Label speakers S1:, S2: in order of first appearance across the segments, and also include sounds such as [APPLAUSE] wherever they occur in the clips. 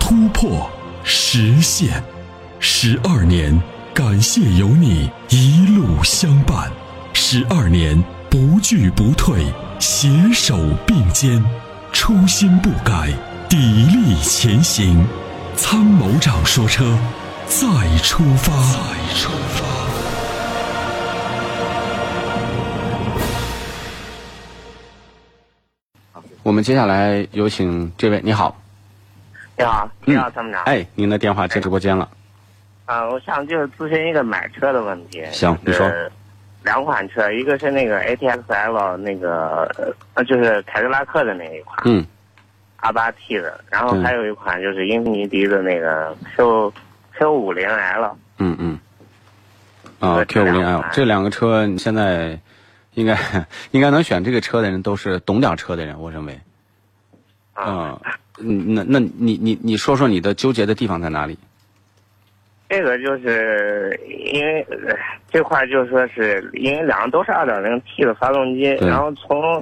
S1: 突破、实现，十二年，感谢有你一路相伴，十二年不惧不退，携手并肩，初心不改，砥砺前行。”参谋长说：“车，再出发。”再出发。
S2: 我们接下来有请这位，你好，
S3: 你好，你好，参谋长。
S2: 哎，您的电话进直播间了。
S3: 啊，我想就是咨询一个买车的问题。
S2: 行
S3: 就
S2: 你
S3: 是
S2: 说
S3: 两款车，一个是那个 ATX-L 那个，呃，就是凯迪拉克的那一款
S2: 嗯，
S3: R 八 T 的，然后
S2: 嗯
S3: 还有一款就是英菲尼迪的那个 Q Q 五零 L。
S2: 嗯嗯。啊
S3: 对
S2: ，Q 五
S3: 这
S2: 零
S3: 两
S2: L
S3: 款
S2: 这两个车，你现在应该 [LAUGHS] 应该能选这个车的人都是懂点车的人，我认为。
S3: 啊，
S2: 啊、嗯，那那你你你说说你的纠结的地方在哪里？
S3: 这个就是因为呃这块就说是因为两个都是2 0 T 的发动机，
S2: 对
S3: 然后从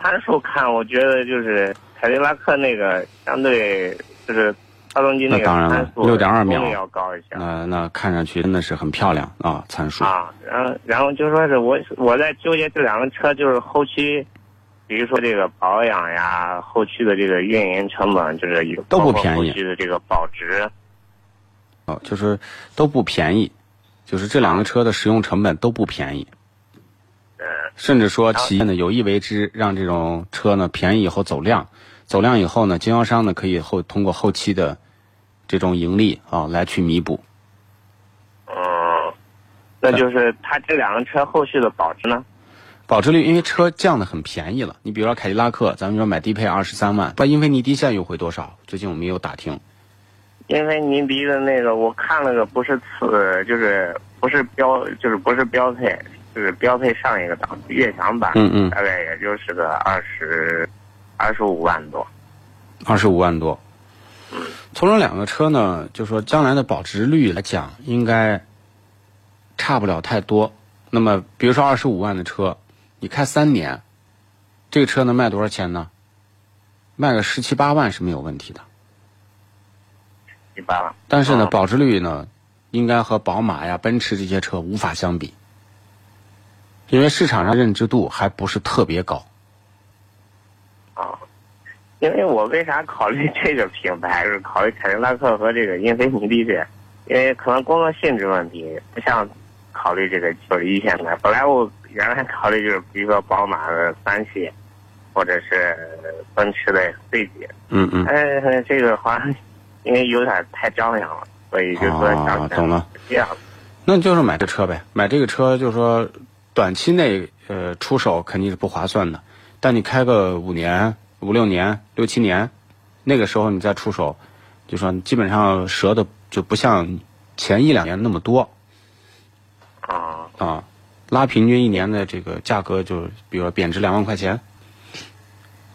S3: 参数看，我觉得就是凯迪拉克那个相对就是发动机个
S2: 那当然了
S3: 参数
S2: 6.2秒嗯
S3: 功率要高一些。
S2: 那那看上去真的是很漂亮啊，参数。
S3: 啊，然后然后就说是我我在纠结这两个车，就是后期，比如说这个保养呀，后期的这个运营成本，就是有
S2: 都不
S3: 包括
S2: 便宜
S3: 后期的这个保值，
S2: 哦，就是都不便宜，就是这两个车的使用成本都不便宜，
S3: 嗯，
S2: 甚至说企业呢有意为之，让这种车呢便宜以后走量，走量以后呢，经销商呢可以后通过后期的这种盈利啊来去弥补。
S3: 嗯，那就是它这两个车后续的保值呢？
S2: 保值率，因为车降的很便宜了。你比如说凯迪拉克，咱们说买低配二十三万，把英菲尼迪现在优惠多少？最近我们也有打听，
S3: 因为尼迪的那个我看了个不是次，就是不是标，就是不是标配，就是标配上一个档次悦享版，
S2: 嗯嗯
S3: 大概也就是个二十二十五万多，
S2: 二十五万多。从这两个车呢，就说将来的保值率来讲，应该差不了太多。那么，比如说二十五万的车，你开三年，这个车能卖多少钱呢？卖个十七八万是没有问题的。
S3: 一般了。
S2: 但是呢，
S3: 嗯
S2: 保值率呢，应该和宝马呀、奔驰这些车无法相比，因为市场上认知度还不是特别高。
S3: 啊，因为我为啥考虑这个品牌，是考虑凯迪拉克和这个英菲尼迪这，因为可能工作性质问题，不像考虑这个九一线的。本来我原来考虑就是，比如说宝马的三系，或者是奔驰的 C 级，
S2: 嗯嗯，
S3: 但是哎这个好像因为有点太张扬了，所以就说想、
S2: 啊懂了，
S3: 这样
S2: 那你就是买这车呗，买这个车就是说，短期内呃出手肯定是不划算的，但你开个五年、五六年、六七年，那个时候你再出手，就说基本上折的就不像前一两年那么多
S3: 啊，
S2: 啊，拉平均一年的这个价格就比如说贬值两万块钱。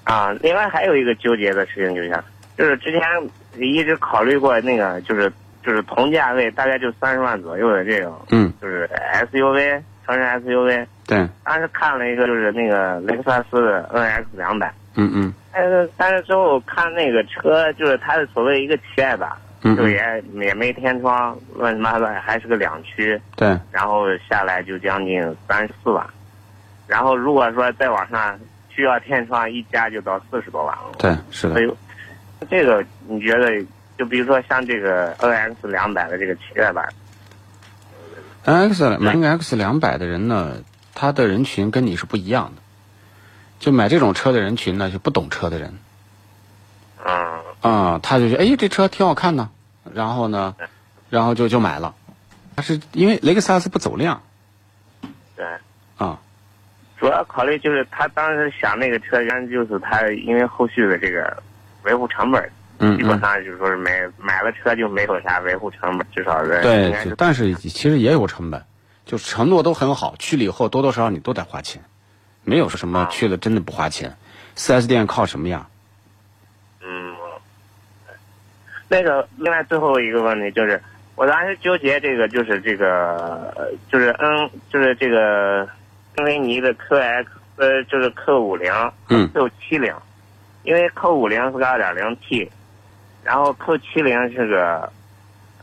S3: 啊，另外还有一个纠结的事情就是啥，就是之前一直考虑过那个，就是就是同价位大概就三十万左右的这种，
S2: 嗯，
S3: 就是 SUV 城市 SUV，
S2: 对，
S3: 当时看了一个就是那个雷克萨斯的 NX 两百，
S2: 嗯嗯
S3: 但是但是之后看那个车，就是它的所谓一个七爱版，
S2: 嗯
S3: 就
S2: 嗯，
S3: 也也没天窗，乱七八糟还是个两驱，
S2: 对，
S3: 然后下来就将近三十四万，然后如果说再往上需要天窗一加就到四十多万了。
S2: 对，是的
S3: 所。以这个你觉得，就比如说像这个 NX 两百的这个七月版，
S2: N X 买 N X 两百的人呢，他的人群跟你是不一样的。就买这种车的人群呢，就不懂车的人
S3: 嗯，
S2: 啊、他就觉得哎这车挺好看的，然后呢，然后就就买了。但是因为雷克萨斯不走量
S3: 对，
S2: 啊，
S3: 主要考虑就是他当时想那个车，原来就是他因为后续的这个维护成本
S2: 嗯
S3: 基本上就是说是没买了车就没有啥维护成本，至少是应
S2: 对
S3: 该，是
S2: 但是其实也有成本，就承诺都很好，去了以后多多少少你都得花钱，没有说什么去了真的不花钱。4 S 店靠什么呀？
S3: 嗯。那个，另外最后一个问题就是，我当时纠结这个就是这个呃就是嗯就是这个英菲尼的 QX 呃就是 Q 五零
S2: 嗯
S3: Q 七零，因为 Q 五零是个二点零 T，然后 Q 七零是个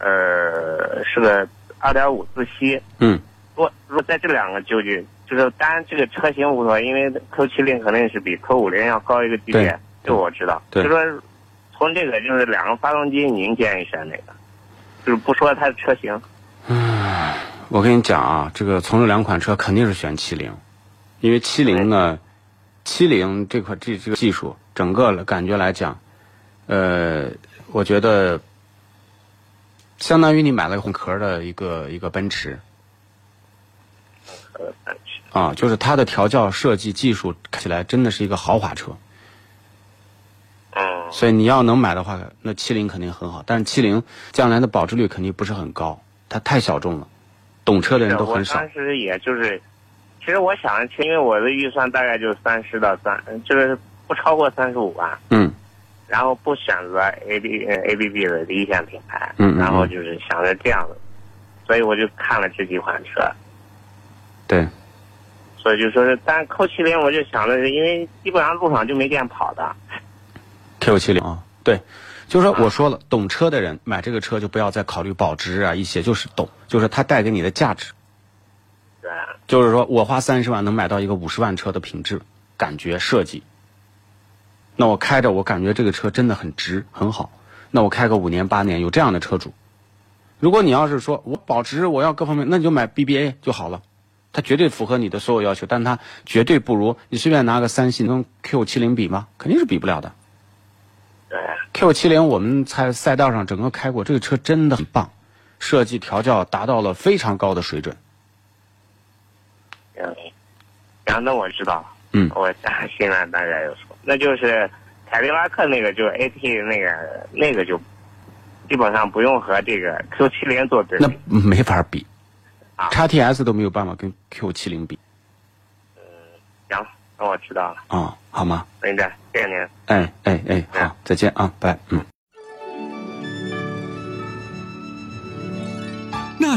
S3: 呃是个二点五自吸，
S2: 嗯，
S3: 如果如果在这两个纠结，就是当然这个车型无所谓，因为 Q 7 0肯定是比 Q 5 0要高一个级
S2: 对
S3: 别，这我知道。
S2: 对
S3: 就说从这个就是两个发动机，您建议选哪个？就是不说它的车型，
S2: 我跟你讲啊，这个从这两款车肯定是选七零，因为七零呢，七零这块这这个技术，整个来感觉来讲，呃，我觉得相当于你买了个红壳的一个一个奔驰，
S3: 呃，
S2: 啊，就是它的调教设计技术看起来真的是一个豪华车，
S3: 嗯
S2: 所以你要能买的话，那七零肯定很好，但是七零将来的保值率肯定不是很高，它太小众了，懂车的人都
S3: 呃我
S2: 很少
S3: 当。时也就是，其实我想，因为我的预算大概就三十到三，就是不超过三十五万。
S2: 嗯
S3: 然后不选择 A B 呃 A B B 的理想品牌，
S2: 嗯嗯嗯
S3: 然后就是想着这样的，所以我就看了这几款车，
S2: 对，
S3: 所以就说是，但扣七零我就想的是，因为基本上路上就没见跑的，
S2: Q 7 0啊，对，就是说我说了，懂车的人买这个车就不要再考虑保值啊一些，就是懂，就是它带给你的价值，
S3: 对，
S2: 就是说我花三十万能买到一个五十万车的品质、感觉、设计，那我开着我感觉这个车真的很值很好，那我开个五年八年有这样的车主，如果你要是说我保值我要各方面，那你就买 BBA 就好了。它绝对符合你的所有要求，但它绝对不如你随便拿个三系跟 Q 7 0比吗？肯定是比不了的。
S3: 对，
S2: Q 7 0我们在赛道上整个开过，这个车真的很棒，设计调教达到了非常高的水准。
S3: 嗯，然后那我知道了，
S2: 嗯
S3: 我大心了大概有数，那就是凯迪拉克那个就是 A T 那个那个就基本上不用和这个 Q 七零做对
S2: 那
S3: 比，
S2: 没法比
S3: 啊
S2: ，x T S 都没有办法跟 Q 7 0比
S3: 行，那我知道了，
S2: 啊、好吗？
S3: 林姐，谢谢您。
S2: 哎哎哎，好，再见啊，拜，嗯。
S1: 那